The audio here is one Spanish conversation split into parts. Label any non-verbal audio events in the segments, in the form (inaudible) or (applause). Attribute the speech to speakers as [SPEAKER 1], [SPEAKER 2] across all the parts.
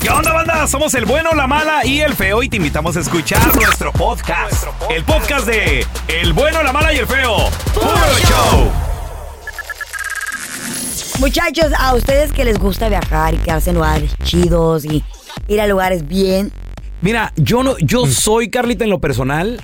[SPEAKER 1] ¿Qué onda, banda? Somos el bueno, la mala y el feo y te invitamos a escuchar nuestro podcast. El podcast de El bueno, la mala y el feo. ¡Puro show!
[SPEAKER 2] Muchachos, a ustedes que les gusta viajar y quedarse en lugares chidos y ir a lugares bien,
[SPEAKER 1] Mira, yo no, yo soy, Carlita, en lo personal,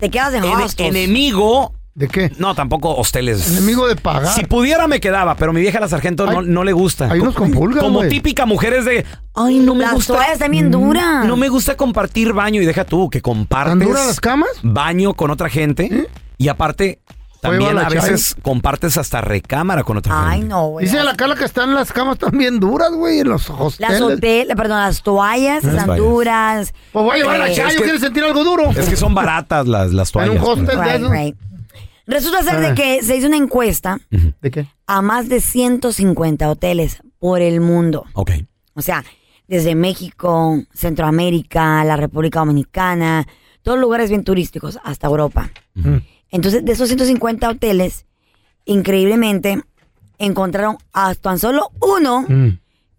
[SPEAKER 2] te quedas en
[SPEAKER 1] ene-
[SPEAKER 2] hostels.
[SPEAKER 1] enemigo.
[SPEAKER 3] ¿De qué?
[SPEAKER 1] No, tampoco hosteles.
[SPEAKER 3] Enemigo de pagar.
[SPEAKER 1] Si pudiera me quedaba, pero mi vieja la sargento no,
[SPEAKER 3] Ay,
[SPEAKER 1] no le gusta.
[SPEAKER 3] ahí nos
[SPEAKER 1] Como-
[SPEAKER 3] compulgan,
[SPEAKER 1] Como
[SPEAKER 3] güey.
[SPEAKER 1] típica mujer es de, ay, no me
[SPEAKER 2] Las
[SPEAKER 1] gusta. Mm,
[SPEAKER 2] toallas están bien duras.
[SPEAKER 1] No me gusta compartir baño y deja tú que compartes.
[SPEAKER 3] ¿Tan duras las camas?
[SPEAKER 1] Baño con otra gente
[SPEAKER 2] ¿Eh?
[SPEAKER 1] y aparte también
[SPEAKER 3] va la
[SPEAKER 1] a veces compartes hasta recámara con otra
[SPEAKER 2] Ay,
[SPEAKER 1] gente.
[SPEAKER 2] no, güey.
[SPEAKER 3] Dice la Carla que están las camas también duras, güey, en los
[SPEAKER 2] Las
[SPEAKER 3] hosteles.
[SPEAKER 2] hotel, perdón, las toallas,
[SPEAKER 1] Las
[SPEAKER 2] las
[SPEAKER 1] toallas.
[SPEAKER 2] duras.
[SPEAKER 3] Pues voy a llevar a la
[SPEAKER 2] Eh,
[SPEAKER 3] Chayo,
[SPEAKER 1] es que-
[SPEAKER 3] ¿quieres sentir algo duro?
[SPEAKER 1] Es que son baratas
[SPEAKER 2] (laughs)
[SPEAKER 1] las, las
[SPEAKER 3] En
[SPEAKER 1] toallas.
[SPEAKER 3] un hostel de
[SPEAKER 2] Right,
[SPEAKER 3] esos.
[SPEAKER 2] right. Resulta ser
[SPEAKER 3] Ah.
[SPEAKER 2] de que se hizo una encuesta
[SPEAKER 3] ¿De qué?
[SPEAKER 2] a más de 150 hoteles por el mundo.
[SPEAKER 1] Ok.
[SPEAKER 2] O sea, desde México, Centroamérica, la República Dominicana, todos lugares bien turísticos, hasta Europa. Entonces, de esos 150 hoteles, increíblemente, encontraron a tan solo uno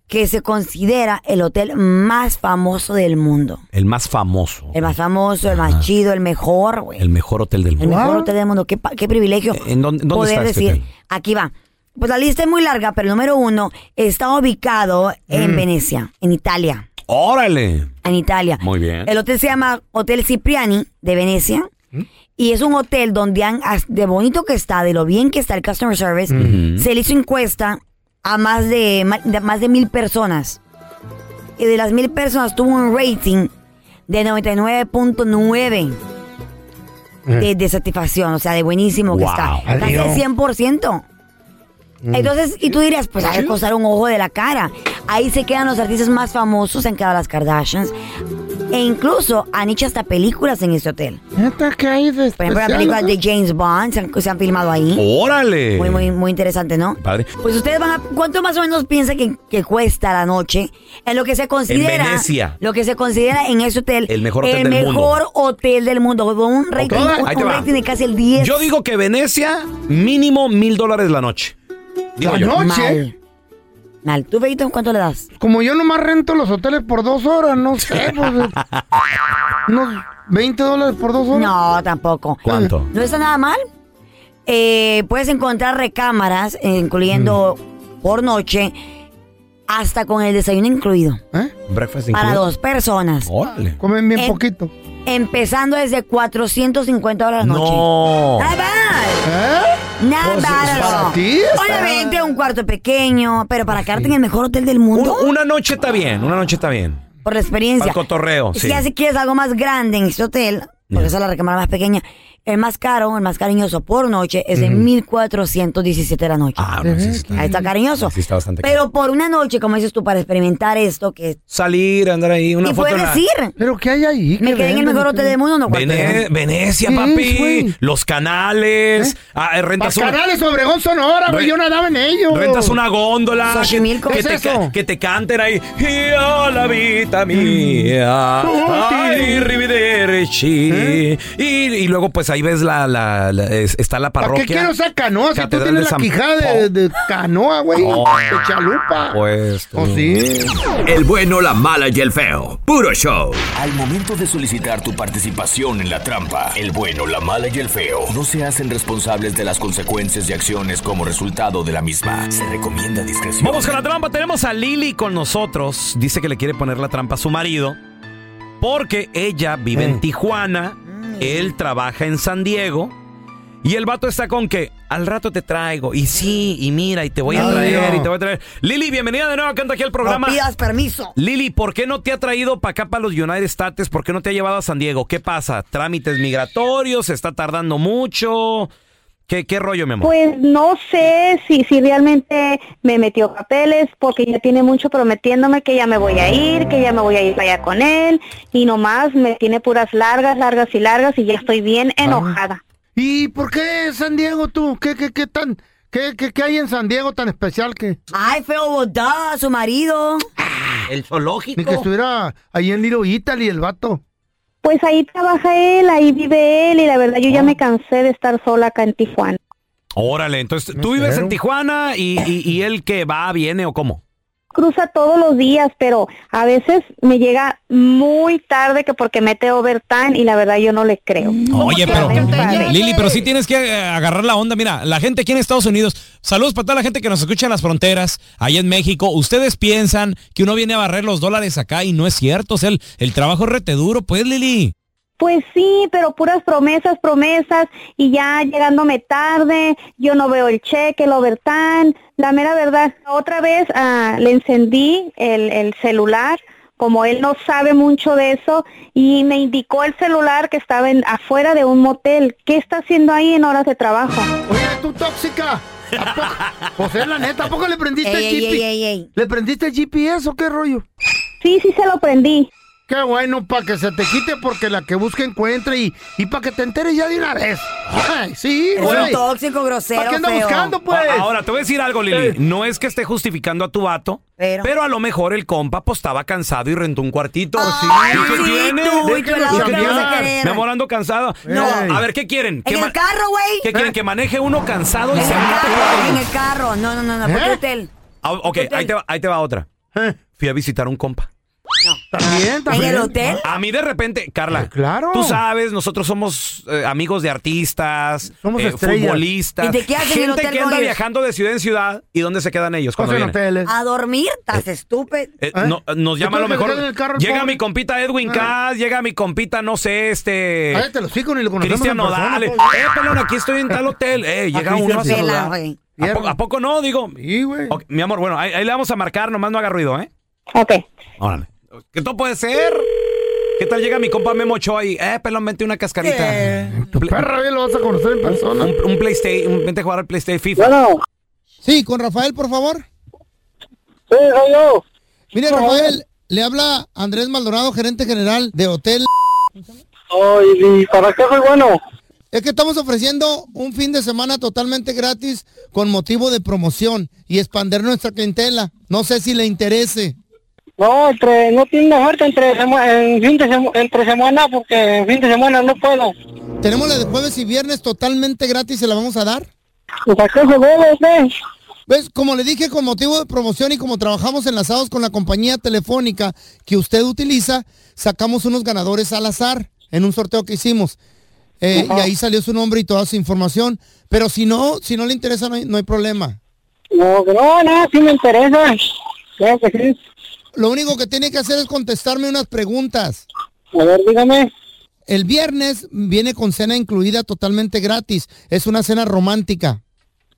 [SPEAKER 2] que se considera el hotel más famoso del mundo.
[SPEAKER 1] El más famoso.
[SPEAKER 2] El más famoso, el más chido, el mejor, güey.
[SPEAKER 1] El mejor hotel del
[SPEAKER 2] El
[SPEAKER 1] mundo.
[SPEAKER 2] mejor hotel del mundo. Qué, pa- qué privilegio
[SPEAKER 1] Eh, ¿En dónde- dónde
[SPEAKER 2] poder
[SPEAKER 1] está este
[SPEAKER 2] decir.
[SPEAKER 1] hotel?
[SPEAKER 2] Aquí va. Pues la lista es muy larga, pero el número uno está ubicado
[SPEAKER 1] Mm.
[SPEAKER 2] en Venecia, en Italia.
[SPEAKER 1] ¡Órale!
[SPEAKER 2] En Italia.
[SPEAKER 1] Muy bien. Mm.
[SPEAKER 2] El hotel se llama Hotel Cipriani de Venecia. Y es un hotel donde han, as- de bonito que está, de lo bien que está el customer service, se le hizo encuesta a más de, ma- de más de mil personas. Y de las mil personas tuvo un rating de 99.9 de, de satisfacción, o sea, de buenísimo que
[SPEAKER 1] Wow.
[SPEAKER 2] está. Casi
[SPEAKER 3] Mm. Adiós. Mm.
[SPEAKER 2] 100%. Entonces, y tú dirías, pues hay que costar un ojo de la cara. Ahí se quedan los artistas más famosos, se han quedado las Kardashians. E incluso han hecho hasta películas en este hotel.
[SPEAKER 3] ¿Neta que hay de
[SPEAKER 2] Por ejemplo, la
[SPEAKER 3] especial,
[SPEAKER 2] película
[SPEAKER 3] eh?
[SPEAKER 2] de James Bond se han, se han filmado ahí.
[SPEAKER 1] ¡Órale!
[SPEAKER 2] ¿Mm? Muy, muy, muy interesante, ¿no?
[SPEAKER 1] Padre.
[SPEAKER 2] Pues ustedes van a. ¿Cuánto más o menos piensa que, que cuesta la noche? En lo que se considera.
[SPEAKER 1] Venecia.
[SPEAKER 2] Lo que se considera en ese hotel.
[SPEAKER 1] El mejor hotel del mundo.
[SPEAKER 2] mejor hotel del mundo. Con un rating,
[SPEAKER 1] Ok,
[SPEAKER 2] un-
[SPEAKER 1] ahí te
[SPEAKER 2] un
[SPEAKER 1] va.
[SPEAKER 2] rating de casi el 10.
[SPEAKER 1] Yo digo que Venecia, mínimo mil dólares la noche. Digo
[SPEAKER 3] La
[SPEAKER 1] yo.
[SPEAKER 3] noche.
[SPEAKER 2] Mal. Mal. ¿Tú, Feito, cuánto le das?
[SPEAKER 3] Como yo nomás rento los hoteles por dos horas, no
[SPEAKER 2] (laughs)
[SPEAKER 3] sé, pues. eh, unos 20 dólares por dos horas.
[SPEAKER 2] No, tampoco.
[SPEAKER 1] ¿Cuánto?
[SPEAKER 2] No está nada mal. Eh, puedes encontrar recámaras, eh, incluyendo
[SPEAKER 1] Mm.
[SPEAKER 2] por noche, hasta con el desayuno incluido.
[SPEAKER 3] ¿Eh?
[SPEAKER 1] Breakfast
[SPEAKER 2] Para
[SPEAKER 1] included.
[SPEAKER 2] dos personas.
[SPEAKER 1] ¡Órale!
[SPEAKER 3] Comen bien
[SPEAKER 2] Eh,
[SPEAKER 3] poquito.
[SPEAKER 2] Empezando desde 450 dólares la noche.
[SPEAKER 1] No.
[SPEAKER 2] Nada mal.
[SPEAKER 3] ¿Eh?
[SPEAKER 2] Nada
[SPEAKER 3] Pues,
[SPEAKER 2] mal.
[SPEAKER 3] es para
[SPEAKER 2] no.
[SPEAKER 3] ti, está-
[SPEAKER 2] Obviamente un cuarto pequeño, pero para quedarte en el mejor hotel del mundo.
[SPEAKER 1] Un- una noche está bien, una noche está bien.
[SPEAKER 2] Por la experiencia.
[SPEAKER 1] Para el cotorreo,
[SPEAKER 2] Y
[SPEAKER 1] sí.
[SPEAKER 2] Si ya si quieres algo más grande en este hotel, porque esa es la recámara más pequeña. El más caro, el más cariñoso por noche es de 1417 de la noche.
[SPEAKER 4] Ah, no, sí, sí
[SPEAKER 2] Ahí está cariñoso.
[SPEAKER 4] Sí, está bastante caro.
[SPEAKER 2] Pero por una noche, como dices tú, para experimentar esto, que.
[SPEAKER 4] Salir, andar ahí, una
[SPEAKER 2] y
[SPEAKER 4] foto.
[SPEAKER 2] fue
[SPEAKER 4] en la-
[SPEAKER 2] decir,
[SPEAKER 3] ¿Pero qué hay ahí?
[SPEAKER 2] me
[SPEAKER 3] ¿Qué
[SPEAKER 2] quedé en el
[SPEAKER 3] venden?
[SPEAKER 2] mejor hotel del mundo, no cuarto.
[SPEAKER 4] Vene- Venecia,
[SPEAKER 3] ¿eh? Sí,
[SPEAKER 4] papi.
[SPEAKER 3] güey.
[SPEAKER 4] Los canales. ah, rentas,
[SPEAKER 3] Para
[SPEAKER 4] una,
[SPEAKER 3] canales Obregón Sonora, güey.
[SPEAKER 4] Re-
[SPEAKER 3] Yo nadaba en ellos.
[SPEAKER 4] rentas una góndola. Que,
[SPEAKER 2] Xochimilco.
[SPEAKER 4] que
[SPEAKER 3] ¿Qué
[SPEAKER 4] te,
[SPEAKER 3] es eso?
[SPEAKER 4] que te canten ahí. Y a la vida mía. Ay, arrivederci.
[SPEAKER 3] ¿Eh?
[SPEAKER 4] Y, y luego, pues ahí ves la. la- la- es- está la
[SPEAKER 3] ¿Para
[SPEAKER 4] parroquia.
[SPEAKER 3] qué quiero esa canoa si tú
[SPEAKER 4] Catedral de
[SPEAKER 3] tienes la
[SPEAKER 4] San
[SPEAKER 3] quijada de,
[SPEAKER 4] Pau.
[SPEAKER 3] de canoa, güey?
[SPEAKER 4] Oh.
[SPEAKER 3] De chalupa.
[SPEAKER 4] Pues, tú.
[SPEAKER 3] Oh, sí.
[SPEAKER 5] El bueno, la mala y el feo. Puro show.
[SPEAKER 6] Al momento de solicitar tu participación en la trampa, el bueno, la mala y el feo no se hacen responsables de las consecuencias y acciones como resultado de la misma. Se recomienda discreción.
[SPEAKER 4] Vamos con la trampa. Tenemos a Lili con nosotros. Dice que le quiere poner la trampa a su marido. Porque ella vive
[SPEAKER 3] Mm.
[SPEAKER 4] en Tijuana. Él trabaja en San Diego. Y el vato está con que al rato te traigo. Y sí, y mira, y te voy a
[SPEAKER 3] Ay,
[SPEAKER 4] traer,
[SPEAKER 3] no.
[SPEAKER 4] y te voy a traer. Lili, bienvenida de nuevo. Canta aquí el
[SPEAKER 2] No
[SPEAKER 4] programa.
[SPEAKER 2] pidas permiso.
[SPEAKER 4] Lili, ¿por qué no te ha traído para acá, para los United States? ¿Por qué no te ha llevado a San Diego? ¿Qué pasa? ¿Trámites migratorios? ¿Se está tardando mucho? ¿Qué, qué rollo, mi amor?
[SPEAKER 7] Pues no sé si, si realmente me metió papeles, porque ya tiene mucho prometiéndome que ya me voy a ir, que ya me voy a ir para allá con él, y nomás me tiene puras largas, largas y largas, y ya estoy bien enojada.
[SPEAKER 3] ¿Y por qué San Diego tú? ¿Qué, qué, qué tan, qué, qué, qué hay en San Diego tan especial que
[SPEAKER 2] Ay, feo botá, su marido.
[SPEAKER 4] El
[SPEAKER 3] ni que
[SPEAKER 4] zoológico.
[SPEAKER 3] estuviera ahí en Little Italy el vato?
[SPEAKER 7] Pues ahí trabaja él, ahí vive él, y la verdad yo ya me cansé de estar sola acá en Tijuana.
[SPEAKER 4] Órale, entonces tú
[SPEAKER 3] No
[SPEAKER 4] vives
[SPEAKER 3] sé.
[SPEAKER 4] en Tijuana y, y- y él que va, viene o cómo.
[SPEAKER 7] Cruza todos los días, pero a veces me llega muy tarde que porque mete overtime y la verdad yo no le creo.
[SPEAKER 8] Oye, pero
[SPEAKER 7] que te llegue?
[SPEAKER 8] Lili, pero sí tienes que eh, agarrar la onda. Mira, la gente aquí en Estados Unidos, saludos para toda la gente que nos escucha en las fronteras, allá en México. Ustedes piensan que uno viene a barrer los dólares acá y no es cierto. O sea, el, el trabajo es rete duro, pues, Lili.
[SPEAKER 7] Pues sí, pero puras promesas, promesas, y ya llegándome tarde, yo no veo el cheque, el overtime, la mera verdad. Otra vez ah, le encendí el, el celular, como él no sabe mucho de eso, y me indicó el celular que estaba en- afuera de un motel. ¿Qué está haciendo ahí en horas de trabajo?
[SPEAKER 3] Oye, tú tóxica. ¿A poco- Pues es la neta, ¿a poco le
[SPEAKER 9] Este
[SPEAKER 3] prendiste
[SPEAKER 2] Ey,
[SPEAKER 3] el
[SPEAKER 2] ey,
[SPEAKER 3] GPS?
[SPEAKER 2] ey, ey, ey.
[SPEAKER 3] ¿Le prendiste el GPS o qué rollo?
[SPEAKER 7] Sí, sí se lo prendí.
[SPEAKER 3] Qué bueno, para que se te quite porque la que busca encuentra y, y para que te enteres ya de una vez. Ay, sí,
[SPEAKER 2] Es un
[SPEAKER 3] güey.
[SPEAKER 2] tóxico, grosero,
[SPEAKER 3] ¿Para qué anda
[SPEAKER 2] feo.
[SPEAKER 3] buscando, pues?
[SPEAKER 4] A- Ah, Ahora, te voy a decir algo, Lili. No es que esté justificando a tu vato,
[SPEAKER 2] Pero-
[SPEAKER 4] pero, a lo mejor el compa pues estaba cansado y rentó un cuartito.
[SPEAKER 2] Ay,
[SPEAKER 4] ¿Y qué
[SPEAKER 2] sí,
[SPEAKER 4] tiene?
[SPEAKER 2] tú, y tú
[SPEAKER 3] otra
[SPEAKER 2] la
[SPEAKER 3] vas
[SPEAKER 4] Déjalo
[SPEAKER 3] a
[SPEAKER 4] chambear.
[SPEAKER 2] querer.
[SPEAKER 4] Mi amor, ando cansado. No,
[SPEAKER 3] Ey.
[SPEAKER 4] a ver, ¿qué quieren? ¿Qué,
[SPEAKER 2] En el
[SPEAKER 4] ma-
[SPEAKER 2] carro, güey.
[SPEAKER 4] qué quieren? ¿Que maneje uno cansado y
[SPEAKER 2] En el
[SPEAKER 4] se mate?
[SPEAKER 2] carro, en el carro. No, no, no, no, ¿por qué
[SPEAKER 3] ¿Eh?
[SPEAKER 2] hotel?
[SPEAKER 4] Ah, Ok, ahí te, va, ahí te va otra.
[SPEAKER 3] Eh,
[SPEAKER 4] Fui a visitar a un compa.
[SPEAKER 3] También,
[SPEAKER 2] ¿En
[SPEAKER 3] también.
[SPEAKER 2] el hotel?
[SPEAKER 4] A mí de repente, Carla.
[SPEAKER 3] Eh, claro.
[SPEAKER 4] Tú sabes, nosotros somos eh, amigos de artistas,
[SPEAKER 3] Somos
[SPEAKER 4] eh,
[SPEAKER 3] estrellas.
[SPEAKER 4] futbolistas.
[SPEAKER 2] ¿Y de qué hacen en el
[SPEAKER 4] gente
[SPEAKER 2] hotel
[SPEAKER 4] que anda
[SPEAKER 2] Boys?
[SPEAKER 4] viajando de ciudad en ciudad. ¿Y dónde se quedan ellos cuando
[SPEAKER 3] Cosas en
[SPEAKER 4] vienen?
[SPEAKER 3] hoteles.
[SPEAKER 2] A dormir, estás estúpido.
[SPEAKER 4] Eh,
[SPEAKER 3] ¿Eh?
[SPEAKER 4] no, nos llama a lo
[SPEAKER 3] Entonces,
[SPEAKER 4] mejor.
[SPEAKER 3] ¿quedan en el carro el
[SPEAKER 4] llega
[SPEAKER 3] pobre?
[SPEAKER 4] mi compita Edwin
[SPEAKER 3] Ah.
[SPEAKER 4] Cass, llega mi compita, no sé, este.
[SPEAKER 3] Cállate los hijos ni lo conocemos.
[SPEAKER 4] Cristian
[SPEAKER 3] en persona,
[SPEAKER 4] Nodal. Eh,
[SPEAKER 3] pues.
[SPEAKER 4] pelón, aquí estoy en tal hotel. Eh, llega
[SPEAKER 3] Ah, Cristian
[SPEAKER 4] uno así.
[SPEAKER 3] Pela,
[SPEAKER 4] ¿verdad?
[SPEAKER 2] güey.
[SPEAKER 4] ¿A, po- a poco no? Digo.
[SPEAKER 3] Sí, güey.
[SPEAKER 4] Ok, mi amor, bueno, ahí, ahí le vamos a marcar, nomás no haga ruido, ¿eh?
[SPEAKER 7] Ok.
[SPEAKER 4] Órale. ¿Qué todo puede ser? ¿Qué tal llega mi compa Memo Ochoa y, eh, pelón, vente una cascarita?
[SPEAKER 3] Tu perra bien lo vas a conocer en persona.
[SPEAKER 4] Un, un PlayStation, un- vente a jugar al PlayStation FIFA.
[SPEAKER 7] Bueno,
[SPEAKER 9] Sí, con Rafael, por favor.
[SPEAKER 7] sí, soy yo.
[SPEAKER 9] Mire, Rafael, le habla Andrés Maldonado, gerente general de Hotel.
[SPEAKER 7] ¿Y para qué soy bueno?
[SPEAKER 9] Es que estamos ofreciendo un fin de semana totalmente gratis con motivo de promoción y expander nuestra clientela. No sé si le interese.
[SPEAKER 7] No, entre, no tiene oferta entre, en fin de, entre semana porque en fin de semana no puedo.
[SPEAKER 9] Tenemos la de jueves y viernes totalmente gratis, se la vamos a dar.
[SPEAKER 7] ¿Para qué se
[SPEAKER 9] ¿Ves? Como le dije, con motivo de promoción y como trabajamos enlazados con la compañía telefónica que usted utiliza, sacamos unos ganadores al azar en un sorteo que hicimos. Eh, y ahí salió su nombre y toda su información. Pero si no, si no le interesa, no hay, no hay problema.
[SPEAKER 7] No, no, no, sí me interesa. Claro que sí.
[SPEAKER 9] Lo único que tiene que hacer es contestarme unas preguntas.
[SPEAKER 7] A ver, dígame.
[SPEAKER 9] El viernes viene con cena incluida totalmente gratis. Es una cena romántica.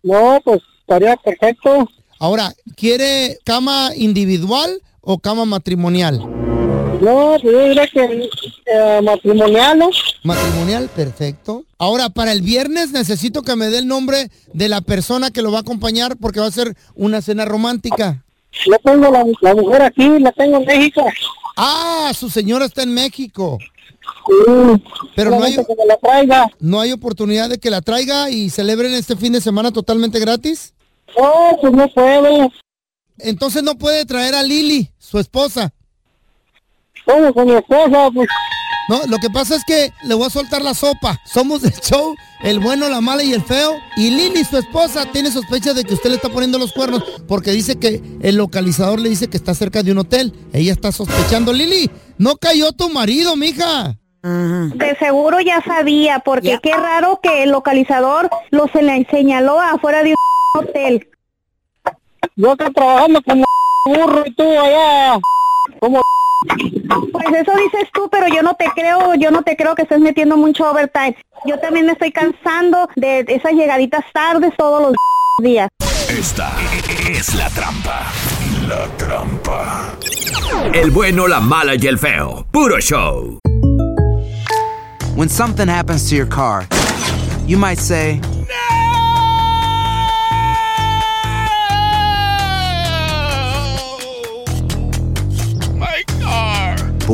[SPEAKER 7] No, pues estaría perfecto.
[SPEAKER 9] Ahora, ¿quiere cama individual o cama matrimonial?
[SPEAKER 7] No, pues yo diría que
[SPEAKER 9] Eh, matrimonial, ¿no? Matrimonial, perfecto. Ahora, para el viernes necesito que me dé el nombre de la persona que lo va a acompañar porque va a ser una cena romántica.
[SPEAKER 10] Yo tengo la, la mujer aquí, la tengo en México.
[SPEAKER 9] Ah, su señora está en México. Pero no hay,
[SPEAKER 10] solamente que me la traiga.
[SPEAKER 9] no hay oportunidad de que la traiga y celebren este fin de semana totalmente gratis.
[SPEAKER 10] Oh, pues no puede.
[SPEAKER 9] Entonces no puede traer a Lili, su esposa.
[SPEAKER 10] ¿Cómo con mi esposa? Pues
[SPEAKER 9] No, lo que pasa es que le voy a soltar la sopa. Somos del show, el bueno, la mala y el feo. Y Lili, su esposa, tiene sospecha de que usted le está poniendo los cuernos porque dice que el localizador le dice que está cerca de un hotel. Ella está sospechando. Lili, no cayó tu marido, mija.
[SPEAKER 7] De seguro ya sabía, porque qué raro que el localizador lo se le señaló afuera de un hotel.
[SPEAKER 10] yo acá trabajando como burro y tú allá. Como
[SPEAKER 7] Pues eso dices tú, pero yo no te creo, yo no te creo que estés metiendo mucho overtime. Yo también me estoy cansando de esas llegaditas tardes todos los días.
[SPEAKER 6] Esta es la trampa. La trampa.
[SPEAKER 5] El bueno, la mala y el feo. Puro show.
[SPEAKER 11] When something happens to your car, you might say,
[SPEAKER 12] My car.
[SPEAKER 11] but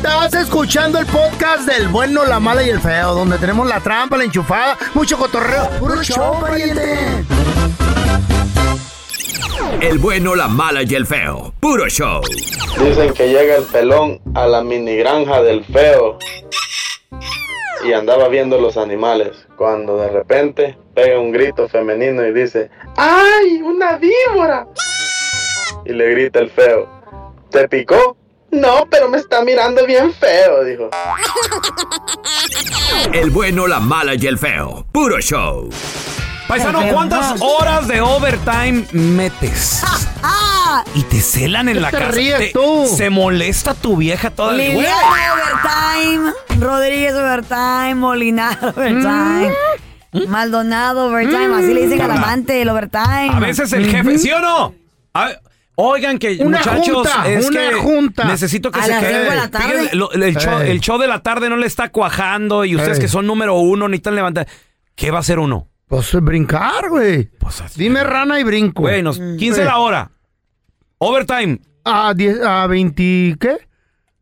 [SPEAKER 3] Estás escuchando el podcast del bueno, la mala y el feo, donde tenemos la trampa, la enchufada, mucho cotorreo. ¡Puro show, pariente!
[SPEAKER 5] El bueno, la mala y el feo. Puro show.
[SPEAKER 13] Dicen que llega el pelón a la mini granja del feo y andaba viendo los animales cuando de repente pega un grito femenino y dice
[SPEAKER 14] ¡Ay, una víbora!
[SPEAKER 13] y le grita el feo ¿Te picó?
[SPEAKER 14] No, pero me está mirando bien feo, dijo.
[SPEAKER 5] El bueno, la mala y el feo. Puro show.
[SPEAKER 4] Paisano, ¿cuántas horas de overtime metes?
[SPEAKER 2] ¡Ah!
[SPEAKER 4] Y te celan en
[SPEAKER 2] ¿Qué
[SPEAKER 4] la
[SPEAKER 2] te
[SPEAKER 4] casa.
[SPEAKER 2] ríes
[SPEAKER 4] Te-
[SPEAKER 2] tú?
[SPEAKER 4] Se molesta tu vieja toda la
[SPEAKER 2] Liliana Overtime, Rodríguez Overtime, Molinar Overtime,
[SPEAKER 3] Mm.
[SPEAKER 2] Maldonado Overtime, así le dicen al
[SPEAKER 4] Carla.
[SPEAKER 2] amante del Overtime.
[SPEAKER 4] A veces el jefe, ¿sí o no? A- oigan que
[SPEAKER 2] Una
[SPEAKER 4] muchachos,
[SPEAKER 2] junta,
[SPEAKER 4] es
[SPEAKER 2] una
[SPEAKER 4] que
[SPEAKER 2] junta.
[SPEAKER 4] necesito que
[SPEAKER 2] A
[SPEAKER 4] se
[SPEAKER 2] las
[SPEAKER 4] quede.
[SPEAKER 2] cinco de la tarde.
[SPEAKER 4] Fíjense, lo- el, show,
[SPEAKER 2] Ey.
[SPEAKER 4] el show de la tarde no le está cuajando y ustedes
[SPEAKER 3] Ey.
[SPEAKER 4] que son número uno necesitan levantar. ¿Qué va a hacer uno? Pues
[SPEAKER 3] Pues brincar, güey. Dime rana y brinco.
[SPEAKER 4] Güey, nos-
[SPEAKER 2] Mm.
[SPEAKER 4] 15
[SPEAKER 3] Sí.
[SPEAKER 4] la hora. Overtime.
[SPEAKER 3] A 10, a 20, ¿qué?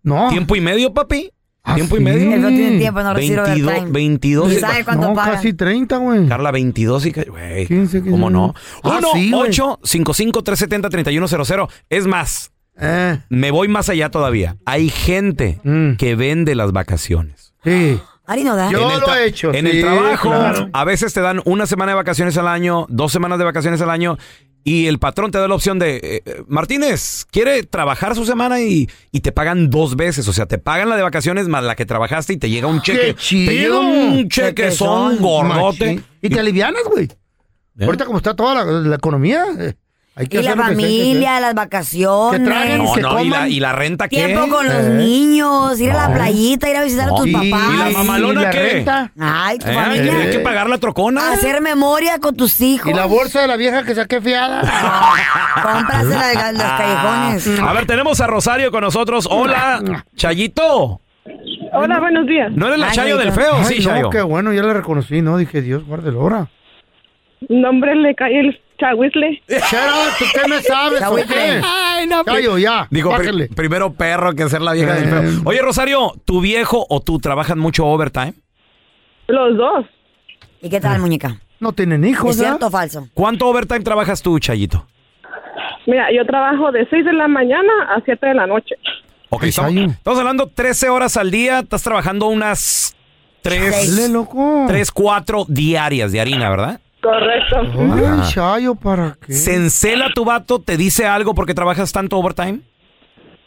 [SPEAKER 3] No.
[SPEAKER 4] Tiempo y medio, papi.
[SPEAKER 3] ¿Ah,
[SPEAKER 4] tiempo
[SPEAKER 3] sí?
[SPEAKER 4] y medio.
[SPEAKER 3] Él no tiene tiempo, no recibe
[SPEAKER 4] 22,
[SPEAKER 3] overtime.
[SPEAKER 4] 22.
[SPEAKER 3] Ni sabe cuánto No, pagan. casi 30, güey.
[SPEAKER 4] Carla, 22 y... ca- Güey, ¿cómo no?
[SPEAKER 3] Ah,
[SPEAKER 4] 1
[SPEAKER 3] sí, güey.
[SPEAKER 4] 8 55 370 3100 Es más,
[SPEAKER 3] Eh.
[SPEAKER 4] me voy más allá todavía. Hay gente que vende las vacaciones.
[SPEAKER 3] Sí.
[SPEAKER 2] Ari no da.
[SPEAKER 4] En el tra- En el trabajo, a veces te dan una semana de vacaciones al año, dos semanas de vacaciones al año, y el patrón te da la opción de, eh, eh, Martínez, quiere trabajar su semana y, y te pagan dos veces. O sea, te pagan la de vacaciones más la que trabajaste y te llega un cheque.
[SPEAKER 3] ¡Qué chido!
[SPEAKER 4] Te llega un cheque, son gordote.
[SPEAKER 3] Machín. Y te alivianas, güey. Ahorita como está toda la, la economía, eh, hay que
[SPEAKER 2] Y la
[SPEAKER 3] hacer lo que sea que
[SPEAKER 2] familia,
[SPEAKER 3] sea.
[SPEAKER 2] las vacaciones.
[SPEAKER 3] Que traguen,
[SPEAKER 4] No,
[SPEAKER 3] que
[SPEAKER 4] no, y la,
[SPEAKER 3] coman.
[SPEAKER 4] y la renta que.
[SPEAKER 2] Tiempo con los niños, ir a la playita, ir a visitar a
[SPEAKER 4] ¿Eh? No.
[SPEAKER 2] tus
[SPEAKER 4] ¿Y- y la
[SPEAKER 2] papás.
[SPEAKER 4] mamalona ¿Y la qué? renta?
[SPEAKER 2] Ay, tu
[SPEAKER 4] Eh,
[SPEAKER 2] familia.
[SPEAKER 4] hay que pagar la trocona.
[SPEAKER 2] Hacer memoria con tus hijos.
[SPEAKER 3] Y la bolsa de la vieja que saqué fiada.
[SPEAKER 2] Cómprasela de los callejones.
[SPEAKER 4] (laughs)
[SPEAKER 3] Mm.
[SPEAKER 4] A ver, tenemos a Rosario con nosotros. Hola, Chayito.
[SPEAKER 15] Hola, buenos días.
[SPEAKER 4] No eres la
[SPEAKER 3] Ay,
[SPEAKER 4] Chayo
[SPEAKER 3] güey,
[SPEAKER 4] del feo,
[SPEAKER 3] ay,
[SPEAKER 4] sí,
[SPEAKER 3] no,
[SPEAKER 4] Chayo.
[SPEAKER 3] qué bueno, ya la reconocí, ¿no? Dije, Dios, guarde el hora.
[SPEAKER 15] nombre le cae el chahuizle.
[SPEAKER 3] Chera, ¿tú qué me sabes o qué?
[SPEAKER 15] Ay,
[SPEAKER 3] no, Callo, ya.
[SPEAKER 4] Digo, pri- primero perro que ser la vieja
[SPEAKER 3] Eh.
[SPEAKER 4] del perro. Oye, Rosario, ¿tu viejo o tú trabajan mucho overtime?
[SPEAKER 15] Los dos.
[SPEAKER 2] ¿Y qué tal, muñeca?
[SPEAKER 3] No tienen ¿eh?
[SPEAKER 2] ¿Es cierto o falso?
[SPEAKER 4] ¿Cuánto overtime trabajas tú, Chayito?
[SPEAKER 15] Mira, yo trabajo de 6 de la mañana a 7 de la noche.
[SPEAKER 4] Ok,
[SPEAKER 3] Pues
[SPEAKER 4] estamos, estamos hablando 13 horas al día, estás trabajando unas 3,
[SPEAKER 3] loco.
[SPEAKER 4] 3 4 diarias de harina, ¿verdad?
[SPEAKER 15] Correcto.
[SPEAKER 4] Ajá.
[SPEAKER 3] Ay, Chayo, ¿para qué?
[SPEAKER 4] ¿Se encela tu vato? ¿Te dice algo porque trabajas tanto overtime?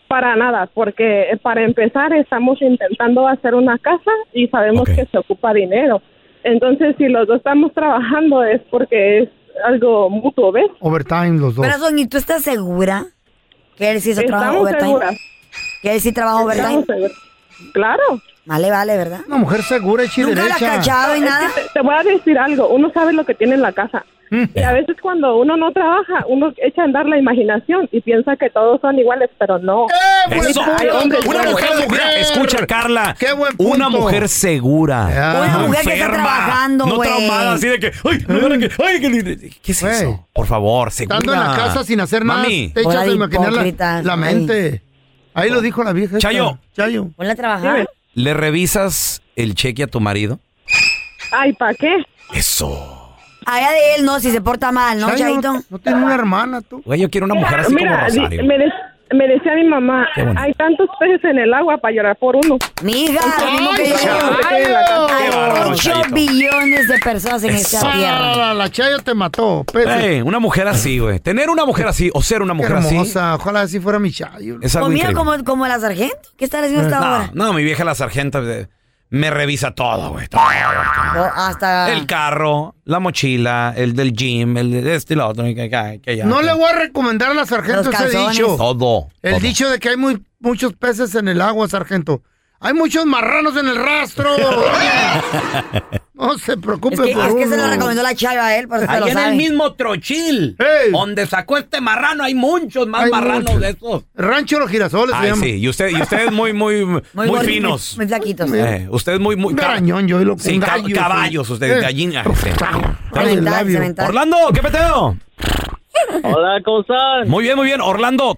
[SPEAKER 15] Para nada, porque eh, para empezar estamos intentando hacer una casa y sabemos que se ocupa dinero. Entonces, si los dos estamos trabajando es porque es algo mutuo, ¿ves?
[SPEAKER 3] Overtime los dos.
[SPEAKER 2] Corazón, ¿y tú estás segura que él sí hizo trabajo
[SPEAKER 15] Estamos
[SPEAKER 2] overtime?
[SPEAKER 15] seguras.
[SPEAKER 2] ¿Que él sí trabajó overtime?
[SPEAKER 15] Estamos Claro.
[SPEAKER 2] Vale, vale, ¿verdad?
[SPEAKER 3] Una mujer segura y
[SPEAKER 2] Nunca la
[SPEAKER 3] derecha.
[SPEAKER 2] cachaba y
[SPEAKER 15] Es que
[SPEAKER 2] nada.
[SPEAKER 15] Te, te voy a decir algo, uno sabe lo que tiene en la casa.
[SPEAKER 4] Mm.
[SPEAKER 15] Y a veces cuando uno no trabaja, uno echa a andar la imaginación y piensa que todos son iguales, pero no.
[SPEAKER 3] ¡Eh,
[SPEAKER 4] Eso,
[SPEAKER 15] Ahorita hay hombres
[SPEAKER 4] una
[SPEAKER 15] iguales.
[SPEAKER 4] mujer, mira, escucha, Carla.
[SPEAKER 3] punto.
[SPEAKER 4] Una mujer segura.
[SPEAKER 2] Una
[SPEAKER 4] no
[SPEAKER 2] mujer que está
[SPEAKER 4] Ah, enferma,
[SPEAKER 2] trabajando,
[SPEAKER 4] No
[SPEAKER 2] güey.
[SPEAKER 4] traumada, así de que. ¡Ay, no, ahora que- ay, que- ¿Qué es eso? Por favor, segura.
[SPEAKER 3] Estando en la casa sin hacer nada,
[SPEAKER 4] Mami.
[SPEAKER 3] te echas a imaginar la, la
[SPEAKER 2] ay.
[SPEAKER 3] mente. Ahí lo dijo la vieja. esta.
[SPEAKER 4] Chayo.
[SPEAKER 3] Chayo.
[SPEAKER 2] Ponla a trabajar.
[SPEAKER 4] ¿Le revisas el cheque a tu marido?
[SPEAKER 15] Ay, ¿para qué?
[SPEAKER 4] Eso.
[SPEAKER 2] Allá de él, no, si se porta mal, ¿no,
[SPEAKER 3] Chayo,
[SPEAKER 2] Chayito?
[SPEAKER 3] No tiene una hermana, tú.
[SPEAKER 4] Güey, yo quiero una mujer así
[SPEAKER 15] Mira,
[SPEAKER 4] como
[SPEAKER 15] di-
[SPEAKER 4] Rosario.
[SPEAKER 15] me, de- me decía mi mamá,
[SPEAKER 4] Qué bonito.
[SPEAKER 15] hay tantos peces en el agua para llorar por uno.
[SPEAKER 2] Mija,
[SPEAKER 15] Entonces,
[SPEAKER 2] lo mismo que
[SPEAKER 15] no sé
[SPEAKER 2] yo.
[SPEAKER 15] dónde quede la casa.
[SPEAKER 2] Hay
[SPEAKER 4] bárbaro,
[SPEAKER 2] 8
[SPEAKER 4] Chayito.
[SPEAKER 2] billones de personas en esta
[SPEAKER 3] Ah,
[SPEAKER 2] tierra.
[SPEAKER 3] la, la Chayo te mató. pues, Pero
[SPEAKER 4] Ey, una mujer así, güey. Tener una mujer así o ser una
[SPEAKER 3] Qué
[SPEAKER 4] mujer así
[SPEAKER 3] hermosa. Ojalá así fuera mi Chayo.
[SPEAKER 4] es algo
[SPEAKER 2] Comida
[SPEAKER 4] increíble.
[SPEAKER 2] como, como la sargento. ¿Qué estás haciendo hasta
[SPEAKER 4] No,
[SPEAKER 2] ahora?
[SPEAKER 4] no, mi vieja la sargenta eh, me revisa todo, güey. todo, todo.
[SPEAKER 2] O hasta.
[SPEAKER 4] El carro, la mochila, el del gym, el de este y lo otro. y que- que- que ya,
[SPEAKER 3] No
[SPEAKER 4] que-
[SPEAKER 3] le voy a recomendar a la sargento
[SPEAKER 2] Los
[SPEAKER 3] ese
[SPEAKER 2] calzones.
[SPEAKER 3] dicho.
[SPEAKER 4] Todo.
[SPEAKER 3] El
[SPEAKER 4] todo.
[SPEAKER 3] dicho de que hay muy, muchos peces en el agua, sargento. Hay muchos marranos en el rastro.
[SPEAKER 2] (laughs)
[SPEAKER 3] no se preocupe
[SPEAKER 2] Es que,
[SPEAKER 3] por
[SPEAKER 2] es que se
[SPEAKER 3] uno.
[SPEAKER 2] lo recomendó la chava a él, por eso se
[SPEAKER 4] Ahí
[SPEAKER 2] lo
[SPEAKER 4] en el
[SPEAKER 2] sabe.
[SPEAKER 4] mismo trochil, donde sacó este marrano, hay muchos más
[SPEAKER 3] Hay
[SPEAKER 4] marranos
[SPEAKER 3] muchos.
[SPEAKER 4] de esos.
[SPEAKER 3] Rancho Los Girasoles se
[SPEAKER 4] Ay,
[SPEAKER 3] llama.
[SPEAKER 4] sí, y usted- y ustedes muy, muy, (laughs) muy,
[SPEAKER 2] gordito,
[SPEAKER 4] finos.
[SPEAKER 2] Muy flaquitos.
[SPEAKER 4] Eh, ustedes muy, muy.
[SPEAKER 3] Un
[SPEAKER 4] ca-
[SPEAKER 3] garañón, yo y lo
[SPEAKER 4] Sí,
[SPEAKER 3] un
[SPEAKER 4] ca-
[SPEAKER 3] gallo,
[SPEAKER 4] caballos,
[SPEAKER 3] sí.
[SPEAKER 4] ustedes,
[SPEAKER 3] Eh,
[SPEAKER 4] gallinas.
[SPEAKER 3] Ay, el
[SPEAKER 2] Cemental,
[SPEAKER 3] labio.
[SPEAKER 2] cemental.
[SPEAKER 4] Orlando, ¿qué peteo?
[SPEAKER 10] Hola, ¿cómo están?
[SPEAKER 4] Muy bien, muy bien. Orlando,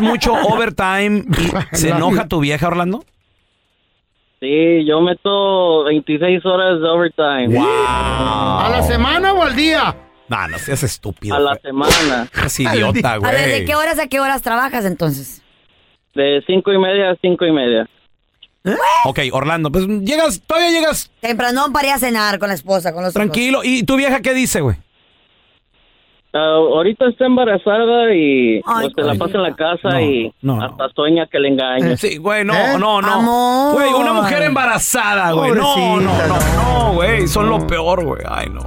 [SPEAKER 3] (laughs)
[SPEAKER 4] mucho overtime y se enoja tu vieja, Orlando?
[SPEAKER 10] Sí, yo meto 26 horas de overtime
[SPEAKER 4] ¡Wow!
[SPEAKER 3] ¿A la semana o al día?
[SPEAKER 4] No, no seas estúpido.
[SPEAKER 10] a la
[SPEAKER 4] güey.
[SPEAKER 10] semana.
[SPEAKER 4] Seas idiota,
[SPEAKER 2] A ver, ¿de
[SPEAKER 4] güey.
[SPEAKER 2] qué horas a qué horas trabajas entonces?
[SPEAKER 10] De cinco y media a cinco y media.
[SPEAKER 4] Ok, Orlando, pues llegas, todavía llegas
[SPEAKER 2] Temprano para ir a cenar con la esposa, con los hijos.
[SPEAKER 4] tranquilo. ¿Y tu vieja qué dice, güey?
[SPEAKER 10] Ah, ahorita está embarazada y
[SPEAKER 2] Ay,
[SPEAKER 10] pues, se la pasa en la casa
[SPEAKER 4] No,
[SPEAKER 10] y
[SPEAKER 4] no, no.
[SPEAKER 10] hasta sueña que le engaña.
[SPEAKER 4] Sí, güey, no,
[SPEAKER 3] ¿Eh?
[SPEAKER 4] no, no.
[SPEAKER 2] Amor.
[SPEAKER 4] Güey, una mujer embarazada, güey. No, no,
[SPEAKER 3] Pobrecita,
[SPEAKER 4] no, no, güey. Son lo peor, güey. Ay, no.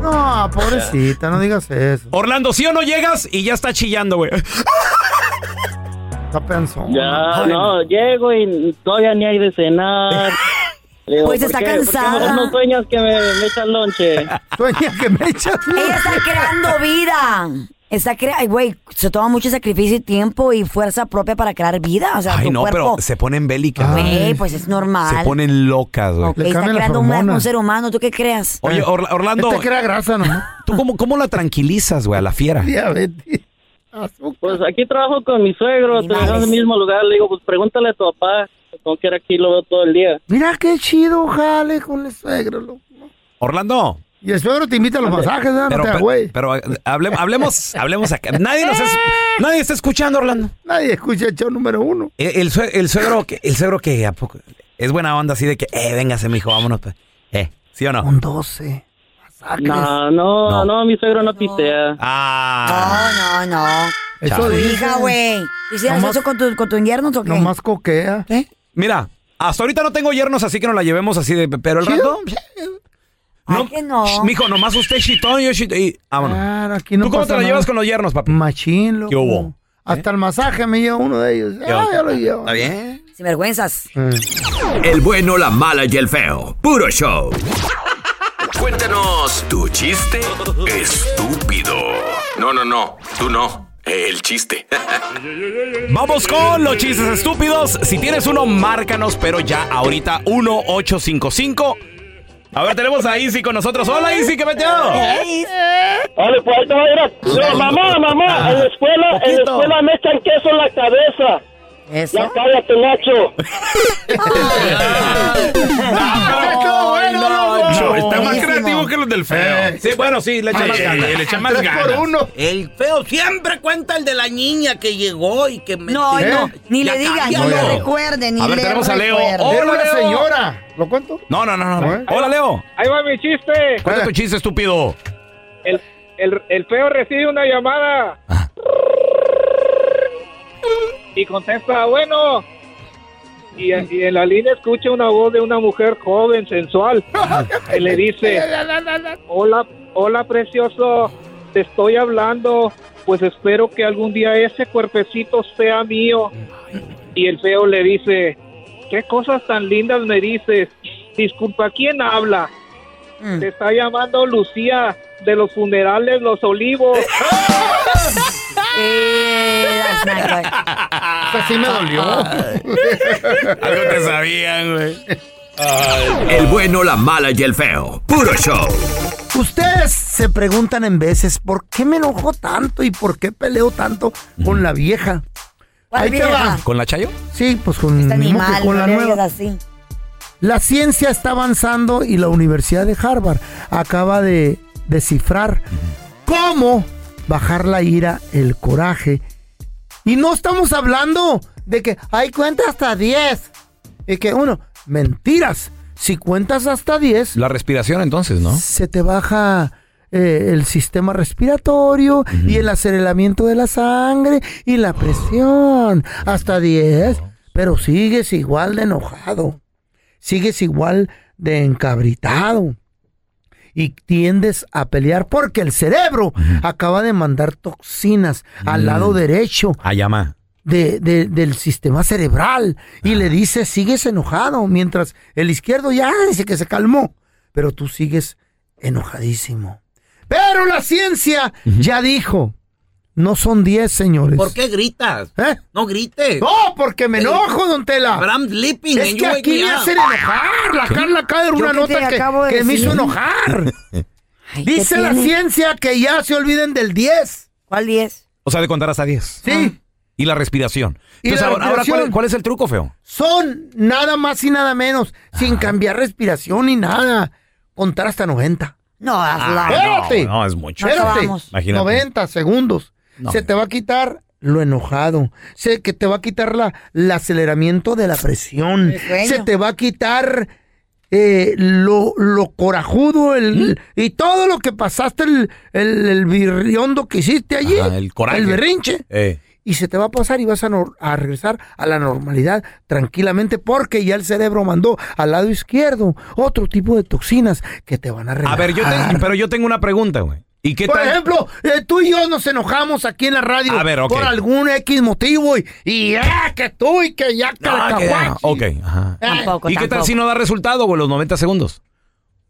[SPEAKER 3] No, pobrecita, no digas eso.
[SPEAKER 4] Orlando, ¿sí o no llegas? Y ya está chillando, güey.
[SPEAKER 3] Está pensón.
[SPEAKER 10] Ya, no, llego y todavía ni hay de
[SPEAKER 2] (laughs)
[SPEAKER 10] cenar. Le digo,
[SPEAKER 2] Pues
[SPEAKER 10] "¿Por
[SPEAKER 2] está
[SPEAKER 10] qué- por qué
[SPEAKER 2] cansada.
[SPEAKER 10] mejor no sueñas que me, me echan lonche.
[SPEAKER 3] Este Sueña que me echas.
[SPEAKER 2] Ella
[SPEAKER 4] (laughs)
[SPEAKER 2] está creando vida. Está crea Ay, güey, se toma mucho sacrificio y tiempo y fuerza propia para crear vida. O sea,
[SPEAKER 4] Ay,
[SPEAKER 2] tu
[SPEAKER 4] no, pero
[SPEAKER 2] cuerpo.
[SPEAKER 4] se ponen bélicas. güey.
[SPEAKER 2] Güey, pues es normal.
[SPEAKER 4] Se ponen locas, güey.
[SPEAKER 2] Ok,
[SPEAKER 3] Le
[SPEAKER 2] está
[SPEAKER 3] cambian las
[SPEAKER 2] creando un,
[SPEAKER 3] hormonas.
[SPEAKER 2] un ser humano. ¿Tú qué creas?
[SPEAKER 4] Oye, Orla- Orlando,
[SPEAKER 3] Esta que era grasa, ¿no? (laughs)
[SPEAKER 4] ¿tú cómo, cómo la tranquilizas, güey, a la fiera?
[SPEAKER 3] Diabetes. Azúcar.
[SPEAKER 10] Pues aquí trabajo con mi suegro,
[SPEAKER 2] Animales.
[SPEAKER 10] trabajamos en el mismo lugar. Le digo, pues pregúntale a tu papá. Como que era aquí, lo veo todo el día.
[SPEAKER 3] Mira qué chido, jale con el suegro, loco.
[SPEAKER 4] Orlando,
[SPEAKER 3] Y el suegro te invita a los masajes, ¿verdad?
[SPEAKER 4] pero,
[SPEAKER 3] No te
[SPEAKER 4] pero,
[SPEAKER 3] güey.
[SPEAKER 4] pero, eh, hable- hablemos, hablemos acá. Nadie nos es- nadie está escuchando, Orlando.
[SPEAKER 3] Nadie escucha el show número uno.
[SPEAKER 4] El, el sue- el suegro, que- el suegro que ¿a poco? es buena onda así de que, eh, véngase, mijo, vámonos. pues. Eh, ¿sí o no?
[SPEAKER 3] Un 12. Masajes.
[SPEAKER 10] No, no,
[SPEAKER 4] No.
[SPEAKER 10] no, mi suegro no pistea.
[SPEAKER 4] Ah.
[SPEAKER 2] No, no, no.
[SPEAKER 3] Eso
[SPEAKER 4] Chale.
[SPEAKER 3] dice.
[SPEAKER 2] Hija, güey. ¿Hicieras
[SPEAKER 3] Nomás-
[SPEAKER 2] eso con tu, con tu invierno o qué?
[SPEAKER 3] Nomás coquea.
[SPEAKER 4] ¿Eh? Mira, hasta ahorita no tengo yernos, así que nos la llevemos así de. Pero el
[SPEAKER 3] Chido.
[SPEAKER 4] rato.
[SPEAKER 2] Ay, que no.
[SPEAKER 4] Sh, mijo, nomás usted chitón y yo chitón. Y vámonos.
[SPEAKER 9] Ah,
[SPEAKER 3] Claro, aquí no
[SPEAKER 4] ¿Tú cómo
[SPEAKER 3] pasa
[SPEAKER 4] te la
[SPEAKER 3] nada.
[SPEAKER 4] llevas con los yernos, papi?
[SPEAKER 3] Machín, loco.
[SPEAKER 4] ¿Qué hubo? ¿Eh?
[SPEAKER 3] Hasta el masaje me lleva uno de ellos. Ah, ya lo llevo.
[SPEAKER 4] ¿Está bien?
[SPEAKER 2] Sin vergüenzas.
[SPEAKER 4] Eh.
[SPEAKER 5] El bueno, la mala y el feo. Puro show. Cuéntanos tu chiste estúpido. No, no, no. Tú no. El chiste. (laughs)
[SPEAKER 4] Vamos con los chistes estúpidos. Si tienes uno, márcanos, pero ya ahorita 1855 A ver, tenemos a Izzy con nosotros. Hola, Izzy, ¿qué meteo?
[SPEAKER 16] Vale, pues ahí te va a ir a- No, mamá, mamá, en la escuela, en la
[SPEAKER 4] poquito.
[SPEAKER 16] escuela me echan queso en la cabeza.
[SPEAKER 2] ¿Eso?
[SPEAKER 16] Ya cállate, Nacho.
[SPEAKER 4] está más creativo que los del feo. Eh, Sí, bueno, sí, le echa
[SPEAKER 17] Ay,
[SPEAKER 4] más
[SPEAKER 17] eh,
[SPEAKER 4] ganas.
[SPEAKER 17] le echa más Tres por ganas. uno. El feo siempre cuenta el de la niña que llegó y que me
[SPEAKER 2] No,
[SPEAKER 4] ¿Eh?
[SPEAKER 2] no, ni le digan, ni le
[SPEAKER 17] recuerden.
[SPEAKER 2] recuerden, ni
[SPEAKER 4] A ver,
[SPEAKER 2] le
[SPEAKER 4] tenemos a Leo. Oh.
[SPEAKER 2] recuerden.
[SPEAKER 4] Hola, Leo.
[SPEAKER 3] ¿Lo cuento?
[SPEAKER 4] No, no, no, no. Hola, Leo.
[SPEAKER 18] Ahí va mi chiste.
[SPEAKER 4] Cuenta tu chiste, estúpido.
[SPEAKER 18] El, el- el feo recibe una llamada. Y contesta, bueno. Y, y en la línea escucha una voz de una mujer joven, sensual. Que le dice, hola, hola precioso, te estoy hablando. Pues espero que algún día ese cuerpecito sea mío. Y el feo le dice, qué cosas tan lindas me dices. Disculpa, ¿quién habla? Te está llamando Lucía de los funerales Los Olivos.
[SPEAKER 3] Así me dolió.
[SPEAKER 4] Algo te sabían, güey.
[SPEAKER 6] El bueno, la mala y el feo. Puro show.
[SPEAKER 3] Ustedes se preguntan en veces por qué me enojo tanto y por qué peleo tanto con la vieja.
[SPEAKER 2] ¿Cuál
[SPEAKER 3] Ahí te
[SPEAKER 2] vieja?
[SPEAKER 3] va.
[SPEAKER 4] ¿Con la Chayo?
[SPEAKER 3] Sí, pues con,
[SPEAKER 2] Este
[SPEAKER 3] mismo que
[SPEAKER 2] animal,
[SPEAKER 3] con
[SPEAKER 2] no
[SPEAKER 3] la
[SPEAKER 2] le
[SPEAKER 3] nueva.
[SPEAKER 2] digas así.
[SPEAKER 3] La ciencia está avanzando y la Universidad de Harvard acaba de descifrar cómo bajar la ira, el coraje. Y no estamos hablando de que hay cuenta hasta 10. Y que uno, mentiras. Si cuentas hasta 10,
[SPEAKER 4] La respiración, entonces, ¿no?
[SPEAKER 3] se te baja eh, el sistema respiratorio y el aceleramiento de la sangre y la presión hasta 10, pero sigues igual de enojado, sigues igual de encabritado y tiendes a pelear porque el cerebro acaba de mandar toxinas al lado derecho
[SPEAKER 4] A llama.
[SPEAKER 3] de- de- del sistema cerebral y le dice, sigues enojado, mientras el izquierdo ya dice que se calmó, pero tú sigues enojadísimo. Pero la ciencia ya dijo, no son 10, señores.
[SPEAKER 17] ¿Por qué gritas?
[SPEAKER 3] ¿Eh?
[SPEAKER 17] No grites.
[SPEAKER 3] No, porque me enojo, don Tela.
[SPEAKER 17] But I'm sleeping
[SPEAKER 3] Es
[SPEAKER 17] and
[SPEAKER 3] que
[SPEAKER 17] you wake
[SPEAKER 3] aquí
[SPEAKER 17] me
[SPEAKER 3] me
[SPEAKER 17] up.
[SPEAKER 3] hacen enojar. La
[SPEAKER 17] ¿Qué?
[SPEAKER 3] Carla acaba de dar
[SPEAKER 17] Yo
[SPEAKER 3] una
[SPEAKER 17] que te
[SPEAKER 3] nota que,
[SPEAKER 17] acabo de
[SPEAKER 3] que me hizo
[SPEAKER 17] decir.
[SPEAKER 3] enojar. Dice
[SPEAKER 2] ¿qué
[SPEAKER 3] la
[SPEAKER 2] tiene?
[SPEAKER 3] ciencia que ya se olviden del Ah. 10.
[SPEAKER 2] ¿Cuál 10?
[SPEAKER 4] O sea, de contar hasta 10.
[SPEAKER 3] Sí.
[SPEAKER 4] Y la respiración.
[SPEAKER 3] Y
[SPEAKER 4] Entonces,
[SPEAKER 3] la
[SPEAKER 4] ahora, ahora,
[SPEAKER 3] respiración.
[SPEAKER 4] ¿cuál, es- cuál es el truco, feo?
[SPEAKER 3] Son nada más y nada menos, sin cambiar respiración ni nada. Contar hasta 90.
[SPEAKER 2] No,
[SPEAKER 4] Ah, no,
[SPEAKER 3] Espérate. Eh.
[SPEAKER 4] no, es mucho.
[SPEAKER 3] Espérate.
[SPEAKER 4] Acabamos. Imagínate.
[SPEAKER 3] 90 segundos. Se te va a quitar lo enojado. Se que te va a quitar la, el aceleramiento de la presión.
[SPEAKER 2] El sueño.
[SPEAKER 3] Se te va a quitar eh, lo, lo corajudo el,
[SPEAKER 4] ¿Mm?
[SPEAKER 3] y todo lo que pasaste, el, el, el birriondo que hiciste allí.
[SPEAKER 4] Ajá, el coraje.
[SPEAKER 3] El berrinche
[SPEAKER 4] Eh.
[SPEAKER 3] y se te va a pasar y vas a, nor- a regresar a la normalidad tranquilamente porque ya el cerebro mandó al lado izquierdo otro tipo de toxinas que te van a
[SPEAKER 4] A
[SPEAKER 3] relajar.
[SPEAKER 4] ver, yo te- pero yo tengo una pregunta, güey. ¿Y qué
[SPEAKER 3] Ah. Por
[SPEAKER 4] tal?
[SPEAKER 3] ejemplo, eh, tú y yo nos enojamos aquí en la radio
[SPEAKER 4] A ver, ok.
[SPEAKER 3] por algún X motivo y, y ah, que tú y que ya que el
[SPEAKER 4] Ah, que-
[SPEAKER 3] caguachi.
[SPEAKER 4] ok, ajá.
[SPEAKER 3] Tampoco,
[SPEAKER 4] ¿Y qué tal
[SPEAKER 3] tampoco.
[SPEAKER 4] si no da resultado, güey, los 90 segundos?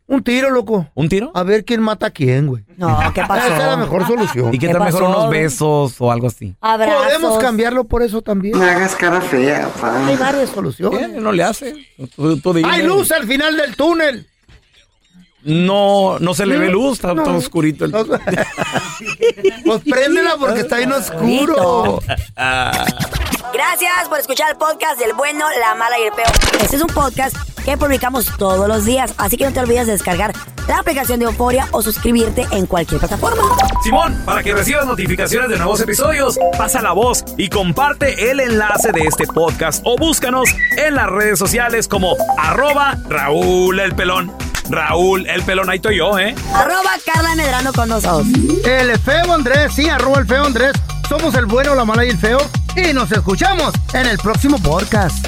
[SPEAKER 3] Un tiro, loco.
[SPEAKER 4] ¿Un tiro?
[SPEAKER 3] A ver quién mata a quién, güey.
[SPEAKER 2] No, ¿qué pasó?
[SPEAKER 3] Esa es la mejor solución.
[SPEAKER 4] ¿Y qué, tal mejor unos besos o algo así?
[SPEAKER 2] Abrazos.
[SPEAKER 3] Podemos cambiarlo por eso también.
[SPEAKER 2] No
[SPEAKER 3] hagas cara fea,
[SPEAKER 2] pa.
[SPEAKER 3] Hay varias soluciones.
[SPEAKER 4] Bien, no le hace. Tú- tú dime.
[SPEAKER 3] Hay luz al final del túnel.
[SPEAKER 4] No, no se le ve luz, está,
[SPEAKER 3] No.
[SPEAKER 4] está oscurito el...
[SPEAKER 3] Pues préndela porque está bien oscuro.
[SPEAKER 4] Ah.
[SPEAKER 2] Gracias por escuchar el podcast del bueno, la mala y el peo. Este es un podcast que publicamos todos los días, así que no te olvides de descargar la aplicación de Euforia o suscribirte en cualquier plataforma.
[SPEAKER 4] Simón, para que recibas notificaciones de nuevos episodios, pasa la voz y comparte el enlace de este podcast o búscanos en las redes sociales como arroba Raúl el Pelón. Raúl el Pelón, ahí estoy yo, ¿eh?
[SPEAKER 2] Arroba Carla Medrano con nosotros.
[SPEAKER 3] El feo Andrés, sí, arroba el feo Andrés. Somos el bueno, la mala y el feo. Y nos escuchamos en el próximo podcast.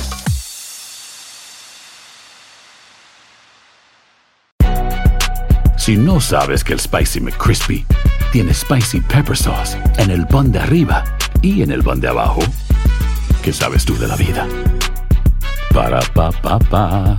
[SPEAKER 19] Si no sabes que el Spicy McCrispy tiene spicy pepper sauce en el pan de arriba y en el pan de abajo, ¿qué sabes tú de la vida? Para pa pa pa.